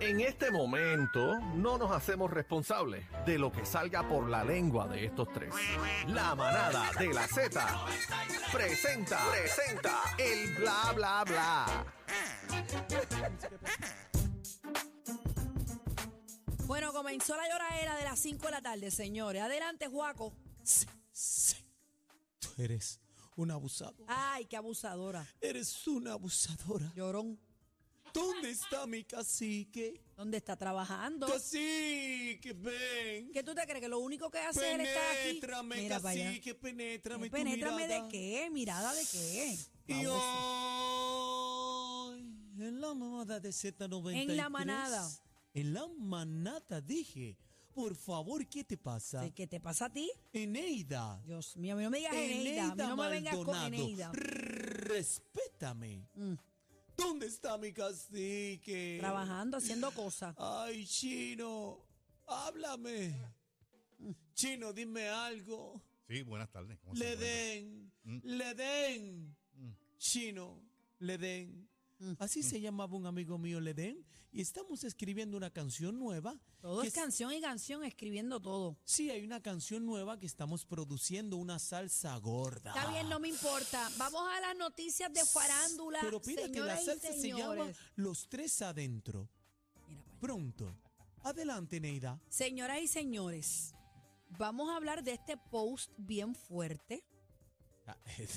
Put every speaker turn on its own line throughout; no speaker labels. En este momento no nos hacemos responsables de lo que salga por la lengua de estos tres. La manada de la Z presenta, presenta el bla bla bla.
Bueno, comenzó la lloradera de las 5 de la tarde, señores. Adelante, Juaco.
Sí, sí. Tú eres un abusado.
Ay, qué abusadora.
Eres una abusadora.
Llorón.
¿Dónde está mi cacique?
¿Dónde está trabajando?
Pues, Cacique, ven.
¿Qué tú te crees? Que lo único que hace es estar aquí.
Penétrame,
Mira, vaya.
cacique, penétrame. tu
¿Penétrame de
mirada.
qué? ¿Mirada de qué?
Y
Vamos.
hoy, en la manada de Z93.
En la manada.
En la manada, dije. Por favor, ¿qué te pasa?
¿De ¿Qué te pasa a ti?
Eneida.
Dios mío, a mí no me digas Eneida. A mí no me vengas con
Maldonado,
Eneida.
Respétame.
Mm.
¿Dónde está mi cacique?
Trabajando, haciendo cosas.
Ay, Chino, háblame. Chino, dime algo.
Sí, buenas tardes. ¿Cómo se
Le
encuentra? Mm.
den, le den. Chino, le den.
Mm.
Así
Mm.
se llamaba un amigo mío, le den. Y estamos escribiendo una canción nueva.
Todo
que
es canción y canción, escribiendo todo.
Sí, hay una canción nueva que estamos produciendo, una salsa gorda.
Está bien, no me importa. Vamos a las noticias de farándula.
Pero pírate, la
señoras y
salsa se llama
señores.
Los Tres Adentro.
Mira para allá.
Pronto. Adelante, Neida.
Señoras y señores, vamos a hablar de este post bien fuerte.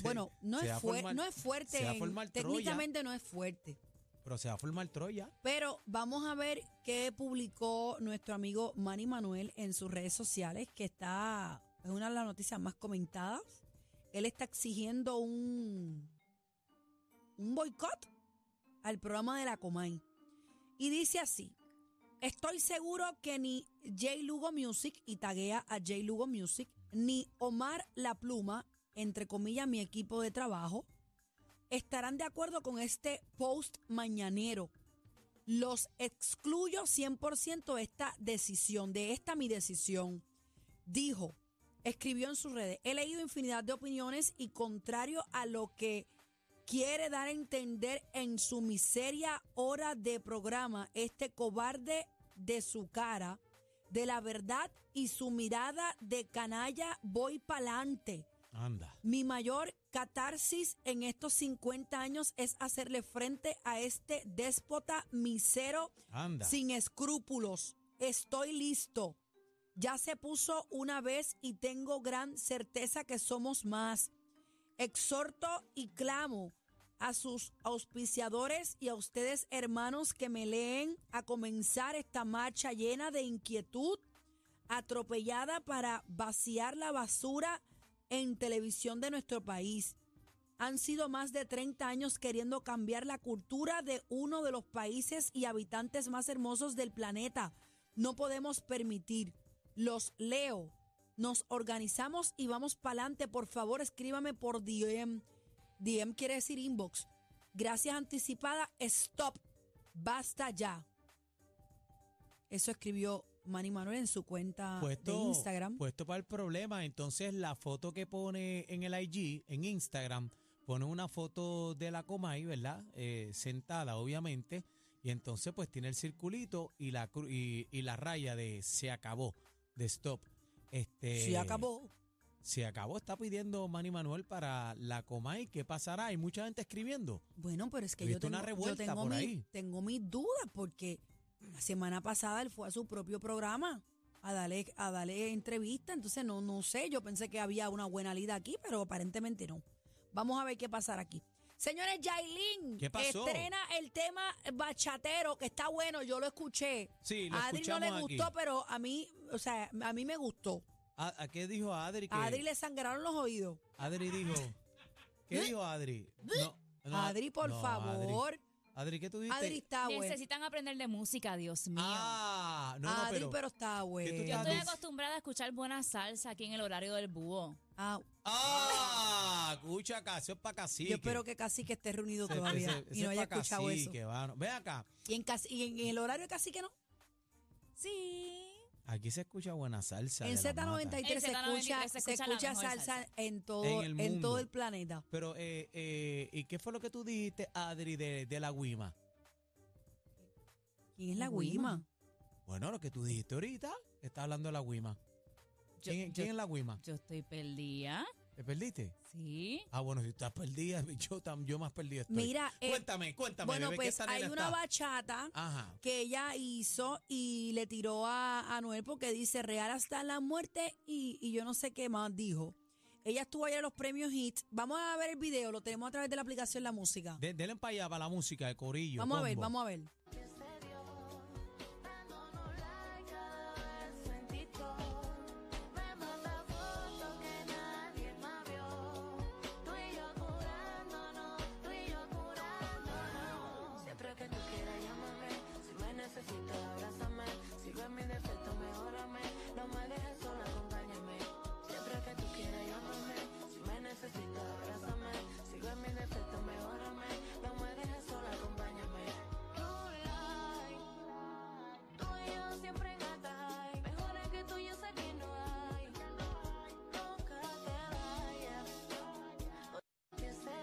Bueno, no,
Se
es,
va a
fuer-
formar-
no es fuerte,
se va a
en-
formar Troya.
técnicamente no es fuerte.
Pero se va a formar Troya.
Pero vamos a ver qué publicó nuestro amigo Manny Manuel en sus redes sociales, que está, es una de las noticias más comentadas. Él está exigiendo un, un boicot al programa de la Comay. Y dice así, estoy seguro que ni J. Lugo Music, y taguea a J. Lugo Music, ni Omar La Pluma, entre comillas mi equipo de trabajo, estarán de acuerdo con este post mañanero. Los excluyo 100% de esta decisión, de esta mi decisión. Dijo, escribió en sus redes, he leído infinidad de opiniones y contrario a lo que quiere dar a entender en su miseria hora de programa, este cobarde de su cara, de la verdad y su mirada de canalla, voy pa'lante.
Anda.
Mi mayor catarsis en estos 50 años es hacerle frente a este déspota misero
Anda.
sin escrúpulos. Estoy listo. Ya se puso una vez y tengo gran certeza que somos más. Exhorto y clamo a sus auspiciadores y a ustedes hermanos que me leen a comenzar esta marcha llena de inquietud, atropellada para vaciar la basura en televisión de nuestro país. Han sido más de 30 años queriendo cambiar la cultura de uno de los países y habitantes más hermosos del planeta. No podemos permitir. Los leo. Nos organizamos y vamos pa'lante. Por favor, escríbame por DM. DM quiere decir inbox. Gracias anticipada. Stop. Basta ya. Eso escribió Manny Manuel en su cuenta
puesto,
ah,
pues,
de Instagram.
Puesto para el problema, entonces la foto que pone en el IG, en Instagram, pone una foto de la Comay, ¿verdad? Eh, sentada, obviamente. Y entonces pues tiene el circulito y la, cru- y, y la raya de se acabó, de stop. Este,
Se acabó.
Se acabó, está pidiendo Manny Manuel para la Comay. ¿Qué pasará? Hay mucha gente escribiendo.
Bueno, pero es que
He
yo
visto
tengo,
una
yo
revuelta
tengo,
por
mi-
ahí.
tengo mis dudas porque la semana pasada él fue a su propio programa a darle, a darle entrevista, entonces no, no sé, yo pensé que había una buena lida aquí, pero aparentemente no. Vamos a ver qué pasará aquí. Señores, Yailin
¿Qué pasó?
estrena el tema bachatero, que está bueno, yo lo escuché.
Sí, lo
a Adri no le
escuchamos aquí.
gustó, pero a mí, o sea, a mí me gustó.
Ah, ¿A, a qué dijo Adri? Que,
A Adri le sangraron los oídos.
Adri dijo... ¿Qué dijo Adri? No, no,
¿Eh? Adri, por
no, Adri.
favor.
Adri, ¿qué tú
Adri,
dijiste?
está bueno.
Necesitan aprender de música, Dios mío.
Ah, no, no,
Adri, pero,
pero,
está
tú
bueno.
Yo estoy
Adri-
acostumbrada a escuchar buena salsa aquí en el horario del búho.
Ah,
Ah, escucha, acá, eso es para cacique.
Yo espero que Cacique esté reunido todavía y no haya escuchado eso.
Ve acá,
Y en, Caci- y en- en el horario de Cacique no.
Sí.
aquí se escucha buena salsa.
en
de la mata.
Z93
En
se escucha,
Z93 se
se
escucha la
escucha
mejor
salsa,
salsa.
En, todo,
En el
en todo
mundo.
el planeta.
Pero, eh, eh, ¿y qué fue lo que tú dijiste, Adri, de, de la Guima?
¿Quién es la
Guima?
Guima?
Bueno, lo que tú dijiste ahorita, que estás hablando de la Guima.
Yo-
¿Quién,
yo-
quién es la Guima?
Yo estoy perdida.
¿Te perdiste?
Sí.
Ah, bueno, si estás perdida, yo, tam- yo más perdido estoy.
Mira, eh,
cuéntame, cuéntame.
bueno,
bebé, ¿qué
pues
esta nena
hay
está?
una bachata
Ajá.
que ella hizo y le tiró a Anuel porque dice real hasta la muerte y, y yo no sé qué más dijo. Ella estuvo ayer en los premios Hits. Vamos a ver el video, lo tenemos a través de la aplicación La Música.
De, denle para allá, para la música de Corillo.
Vamos a ver,
combo.
vamos a ver.
Siempre que tú quieras, llámame. Si me necesitas, abrázame. Si ves mi defecto, mejórame. No me dejes sola, acompáñame. Siempre que tú quieras, llámame. Si me necesitas, abrázame. Si ves mi defecto, mejórame. No me dejes sola, acompáñame. Tu like, tú y yo siempre en alta high. Mejores que tú, yo sé que no hay. Nunca te vayas.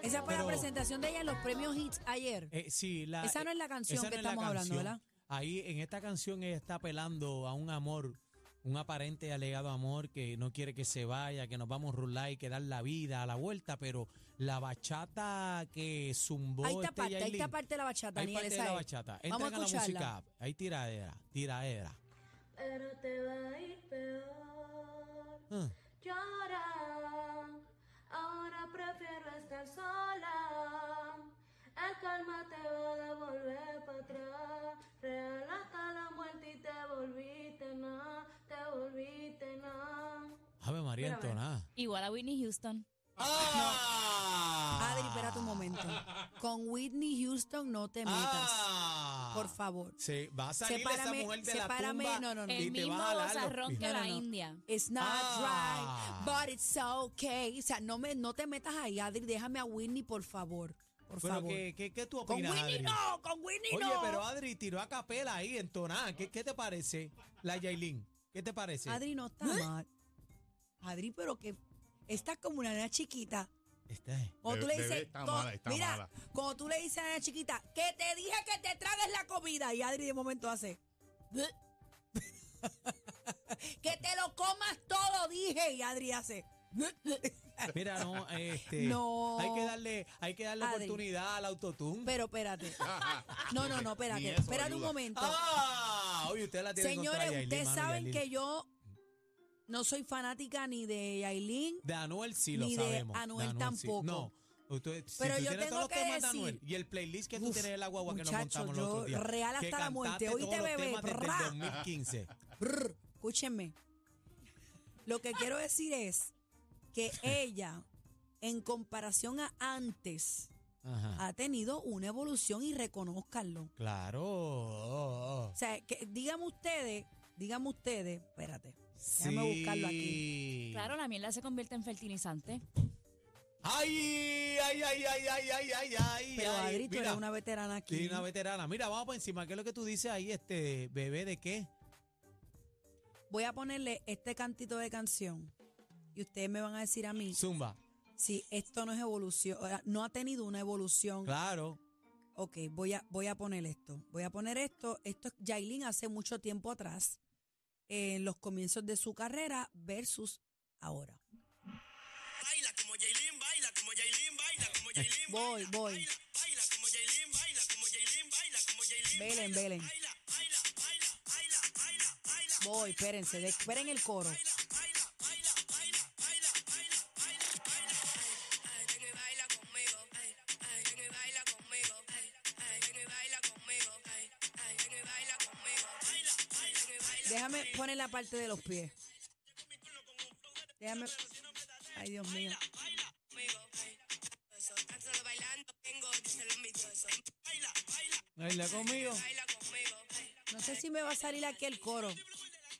Esa fue la
Pero-
presentación de ella en los premios Hits ayer.
Eh, sí, la,
Esa no es la canción
esa
que
no es la
estamos hablando,
canción.
¿verdad?
Ahí en esta canción ella está apelando a un amor, un aparente y alegado amor que no quiere que se vaya, que nos vamos a rular y que dar la vida a la vuelta, pero la bachata que zumbó
Ahí está
este
parte, ahí
Yailin,
está parte de la bachata,
ahí
Aniel,
parte de
esa
la
es.
bachata.
Vamos a
Entren a la
escucharla.
música, hay tiradera, tiradera.
Pero te va a ir peor.
Ah,
Llora, ahora prefiero estar sola. El calma te va a devolver para atrás. Real hasta la muerte y te volviste nada, te volviste nada.
Ave María Antonada.
Igual a Whitney Houston.
¡Ah!
Adri, espérate un momento. Con Whitney Houston no te metas,
¡Ah!
por favor.
Se va a salir
Sepárame,
esa mujer de
sepárame,
la tumba
no, no, no.
y
El
te
mismo
va a jalar los
bozarrón
pies.
que
No, no,
la
no.
India.
It's not right,
Ah.
but it's okay. O sea, no, me, no te metas ahí, Adri. Déjame a Whitney, por favor. Por
Pero
favor.
¿qué, qué, qué tú
con
opinas,
Whitney
Adri?
no, con Whitney
Oye,
no.
pero Adri tiró a capela ahí, entonada. ¿Qué, ¿Qué te parece la Yailin? ¿Qué te parece?
Adri no está
¿Eh?
mal. Adri, pero que estás como una nena chiquita.
Esta es-
Cuando tú le
Bebé,
dices,
está
cuando-
mala, está
mira,
mala.
cuando tú le dices a la nena chiquita, que te dije que te tragues la comida, y Adri de momento hace, "Bleh". que te lo comas todo, dije, y Adri hace, "Bleh".
Mira, no, este.
No.
Hay que darle, hay que darle
Adri.
oportunidad al autotune.
pero espérate, no, no, no, espérate,
Ni eso
espérate un
ayuda.
momento.
¡Ah! Oye, usted la tiene contra
Señores,
Yailin,
ustedes
mano,
saben
Yailin.
que yo no soy fanática ni de Yailin,
De Anuel sí lo
ni de
sabemos.
Anuel tampoco.
No. Usted, si
Pero
tú
yo
tienes
tengo
todos los
que
temas de
decir-
Anuel y el playlist que tú
Uf,
tienes de la guagua que nos
muchacho,
montamos los
yo
otros días.
real
que
hasta la muerte.
cantaste
Oíste,
todos los
bebé,
temas desde
ra.
el 2015.
Brr, escúchenme. Lo que quiero decir es que ella, en comparación a antes,
Ajá.
ha tenido una evolución y reconozcanlo.
Claro.
O sea, que díganme ustedes, díganme ustedes, espérate, déjame buscarlo aquí.
Sí.
Claro, la mierda se convierte en fertilizante.
¡Ay, ay, ay, ay, ay, ay, ay, ay!
Pero
ay.
Adri, tú
Mira,
eres una veterana aquí.
sí, una veterana. Mira, vamos por encima. ¿Qué es lo que tú dices ahí, este bebé de qué?
Voy a ponerle este cantito de canción y ustedes me van a decir a mí
Zumba.
si esto no es evolución, ahora, no ha tenido una evolución.
Claro.
Ok, voy a, voy a poner esto. Voy a poner esto. Esto es Yailin hace mucho tiempo atrás, eh, en los comienzos de su carrera versus ahora.
Baila como Jailin, baila como Jailin, baila como Jailin.
Voy, voy.
Baila como Jailin, baila como Jailin, baila como Jailin.
Velen, velen.
Baila, baila, baila, baila, baila, baila.
Voy, espérense, de- esperen el coro.
Ay, ven y baila conmigo. Ay, ay, ven y baila conmigo. Ay, ay, ven y baila conmigo. Ay, ay, ven y baila conmigo. Baila, ay, ven y baila.
Déjame poner la parte de los pies. Déjame. Ay, Dios mío.
conmigo. Ay, eso, tan solo bailando tengo, díselo en mi hueso. Baila, baila,
Baila conmigo.
baila conmigo. Ay,
No sé si me va a salir aquí el coro,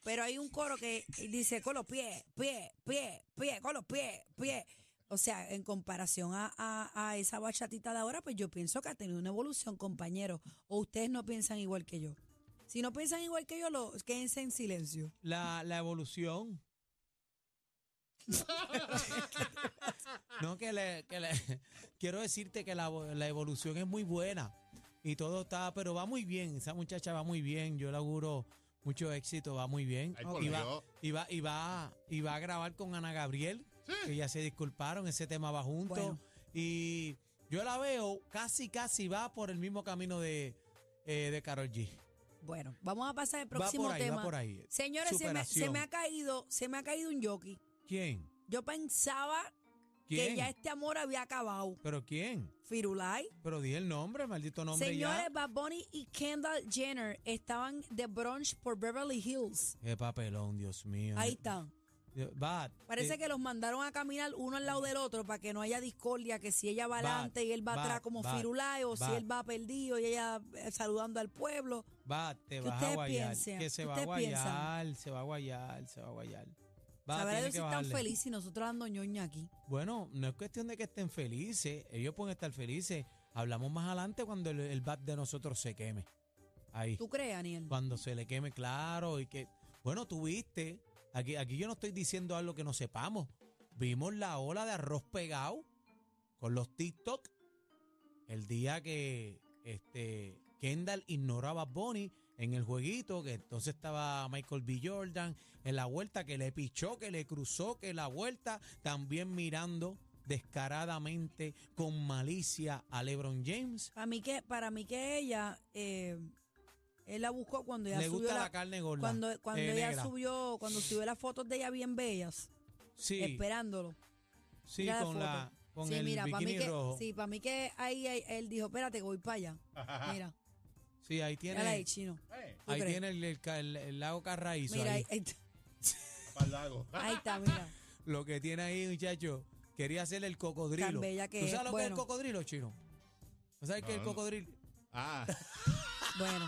pero hay un coro que dice con los pies, pie, pie, pie, con los pies, pie. O sea, en comparación a, a- a esa bachatita de ahora, pues yo pienso que ha tenido una evolución, compañero. O ustedes no piensan igual que yo. Si no piensan igual que yo, lo, quédense en silencio.
La, la evolución. no, que le, que le- Quiero decirte que la, la evolución es muy buena. y todo está, pero va muy bien, esa muchacha va muy bien, yo le auguro mucho éxito, va muy bien.
Ay, por
y, va,
Dios.
y, va, y, va, y va a grabar con Ana Gabriel, que ya se disculparon, ese tema va junto.
Bueno.
Y yo la veo casi, casi va por el mismo camino de, eh, de Carol G.
Bueno, vamos a pasar al próximo
va por ahí,
tema.
va por ahí.
Señores, se me, se
Superación.
me ha caído, se me ha caído un jockey.
¿Quién?
Yo pensaba
¿Quién?
que ya este amor había acabado.
¿Pero quién?
Firulai.
Pero di el nombre, maldito nombre
Señores,
ya.
Bad Bunny y Kendall Jenner estaban de brunch por Beverly Hills.
Qué papelón, Dios mío.
Ahí están.
Bad.
Parece
eh,
que los mandaron a caminar uno al lado del otro para que no haya discordia, que si ella va
Bad,
adelante y él va
bad,
atrás como
bad,
Firulai, o si
bad.
él va perdido y ella eh, saludando al pueblo.
Bad, te
¿Qué
vas a
ustedes
guayar.
piensan?
Que se
¿Qué
va a
ustedes piensan?
guayar, se va a guayar, se va a guayar. Bad,
Sabrá
tiene
Dios
que
si están
bajarle.
felices y nosotros dando ñoña aquí.
Bueno, no es cuestión de que estén felices. Ellos pueden estar felices. Hablamos más adelante cuando el, el bat de nosotros se queme. Ahí.
¿Tú crees, Daniel?
Cuando se le queme, claro. Y que, bueno, tú viste. Aquí, aquí yo no estoy diciendo algo que no sepamos. Vimos la ola de arroz pegado con los TikTok. El día que este, Kendall ignoraba a Bonnie en el jueguito, que entonces estaba Michael B. Jordan en la vuelta, que le pichó, que le cruzó, que la vuelta, también mirando descaradamente con malicia a LeBron James.
Para mí que, para mí que ella, eh, él la buscó cuando ella
Le
subió
gusta la,
la,
carne gorda.
cuando, cuando
eh,
ella
negra.
subió, cuando subió las fotos de ella bien bellas,
Sí.
esperándolo.
Sí,
Mira la
con
foto.
la con
sí,
el
mira, para mí
bikini
que,
rojo. Sí.
sí, para mí que ahí, ahí él dijo, espérate, que voy para allá. Mira,
ahí
ya la de
tiene,
chino.
Eh,
¿Tú
ahí
crees?
tiene el, el ca- el- el lago Carraízo.
Mira,
ahí.
ahí, ahí está-
pa'l lago.
ahí está, mira.
Lo que tiene ahí, muchacho, quería hacer el cocodrilo.
Tan bella que
¿Tú
es,
sabes lo que es el
bueno.
cocodrilo, chino? ¿Tú sabes qué es el
No, no.
cocodrilo?
Ah,
Bueno.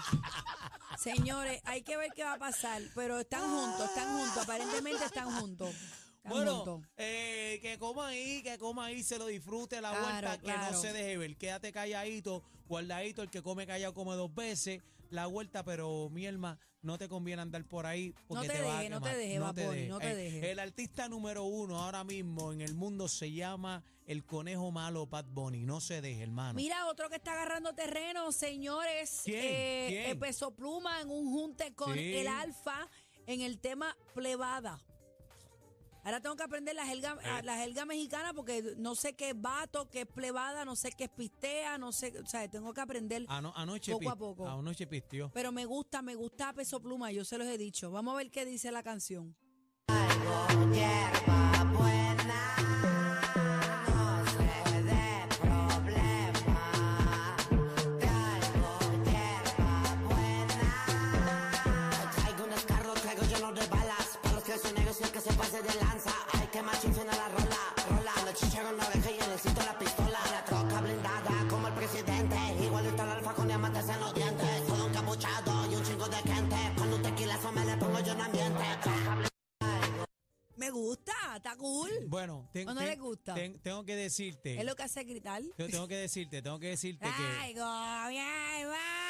Señores, hay que ver qué va a pasar, pero están juntos, están juntos, aparentemente están juntos. Están
Bueno,
juntos.
eh, que coma ahí, que coma ahí, se lo disfrute la
Claro,
vuelta, que
claro.
no se deje ver. Quédate calladito, guardadito, el que come callado come dos veces la vuelta, pero mi hermana, no te conviene andar por ahí porque
te
te, va a
deje, no te
quemar.
deje, Bad Bunny, no te
Eh,
deje.
El artista número uno ahora mismo en el mundo se llama el conejo malo Bad Bunny. No se deje, hermano.
Mira, otro que está agarrando terreno, señores.
¿Quién?
Eh,
¿Quién?
eh, Peso Pluma en un junte con
Sí.
el Alfa en el tema plebada. Ahora tengo que aprender la jerga,
Ah.
a- la jerga mexicana porque no sé qué es vato, qué es plebada, no sé qué es pistea, no sé, o sea, tengo que aprender.
Ano- anoche,
Poco a
pis-
poco.
anoche pistió.
Pero me gusta, me gusta Peso Pluma, yo se los he dicho. Vamos a ver qué dice la canción.
Traigo unos carros, traigo llenos de balas. Para los que son negros y el que se pase de lanza. Ay, que machín suena la rola, rola. En el chicharrón la oreja y en el cinto la pistola. La troca blindada como el presidente. Igualito al alfa con diamantes en los dientes. Todo un capuchado y un chingo de gente. Con un tequilazo me le pongo yo en ambiente.
Me gusta, está cool.
Bueno, ten-
¿O no
ten-
le gusta?
ten- tengo que decirte.
Es lo que hace gritar.
Yo tengo que decirte, tengo que decirte que.
Ay, go, ay, va.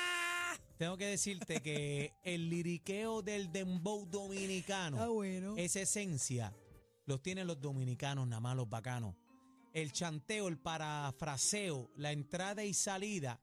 Tengo que decirte que el liriqueo del dembow
Está
dominicano,
bueno.
esa esencia, los tienen los dominicanos, nada más los bacanos. El chanteo, el parafraseo, la entrada y salida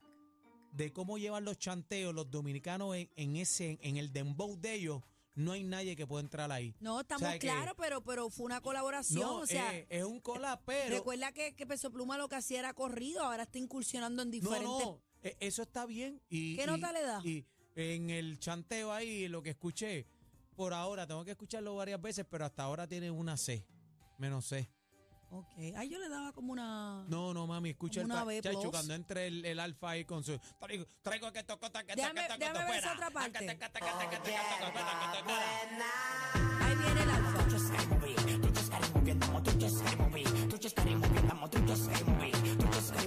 de cómo llevan los chanteos los dominicanos en, en ese, en el dembow de ellos, no hay nadie que pueda entrar ahí.
No, estamos
O sea que-
claros, pero, pero fue una colaboración.
No,
o sea,
eh, es un cola, pero.
recuerda que, que Peso Pluma lo que hacía era corrido, ahora está incursionando en
No,
diferentes.
no, e- eso está bien. Y,
¿Qué
y-
nota le da?
Y en el chanteo ahí, lo que escuché, por ahora, tengo que escucharlo varias veces, pero hasta ahora tiene una C, menos C.
Ok. Ay, yo le daba como una.
No, no, mami, escucha el
Como una
pa-
B
chacho,
plus.
cuando entre el, el alfa ahí con su... Traigo, traigo que toco, taca, taca,
Déjame-
taca,
déjame
taca,
ver esa
fuera.
otra parte.
Taca, taca, taca,
Oh,
taca, taca, taca, taca, taca, taca.
Ahí viene el alfa.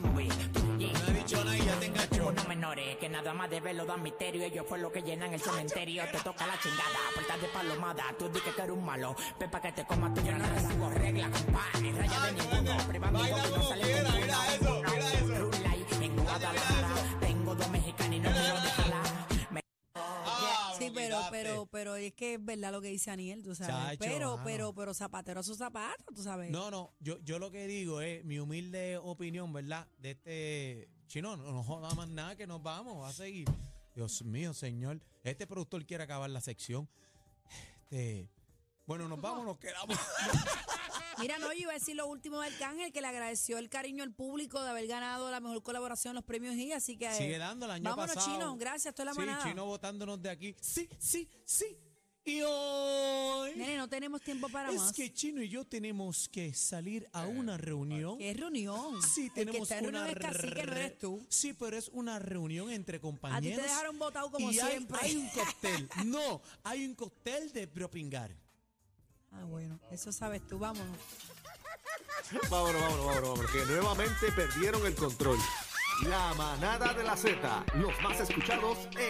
No he dicho nada y ya te enganchó.
Unos menores que nada más de verlo dan misterio. Ellos fue lo que llenan el cementerio. Te toca la chingada, puertas de palomada. Tú di que eres un malo, pepa que te comas tú. Yo no recibo reglas, compadre. Raya de ninguno, privando
baila
boca y
como
no sale
quiera,
ninguno.
mira eso,
Uno,
mira eso.
rula y en Guadalajara. Tengo dos mexicanos y no quiero dejarla. Me
Ah,
Sí, pero, pero, pero es que es verdad lo que dice Aniel, tú sabes.
Chacho,
pero,
mano.
pero, pero zapatero a sus zapatos, tú sabes.
No, no, yo, yo lo que digo es mi humilde opinión, ¿verdad? De este Chino, no, no joda más nada que nos vamos, va a seguir. Dios mío, señor. Este productor quiere acabar la sección. Este, bueno, nos vamos, nos quedamos.
Mira, no, yo iba a decir lo último de Arcángel, que le agradeció el cariño al público de haber ganado la mejor colaboración en los premios y así que... eh,
Sigue dando el año
vámonos,
pasado.
Chino, gracias, toda la
Sí,
manada.
Chino votándonos de aquí. Sí, sí, sí. Y hoy...
Nene, no tenemos tiempo para
es
más.
que Chino y yo tenemos que salir a una reunión.
¿Qué reunión?
Sí, tenemos
el que está en
una
reunión es cacique, no eres
re-
tú.
Sí, pero es una reunión entre compañeros.
A ti te dejaron botado como
y hay-
siempre.
Hay, un cóctel. No, hay un cóctel de propingar.
Ah, bueno, eso sabes tú, vámonos.
Vámonos, vámonos, vámonos, vámonos, que nuevamente perdieron el control. La manada de la Z, los más escuchados en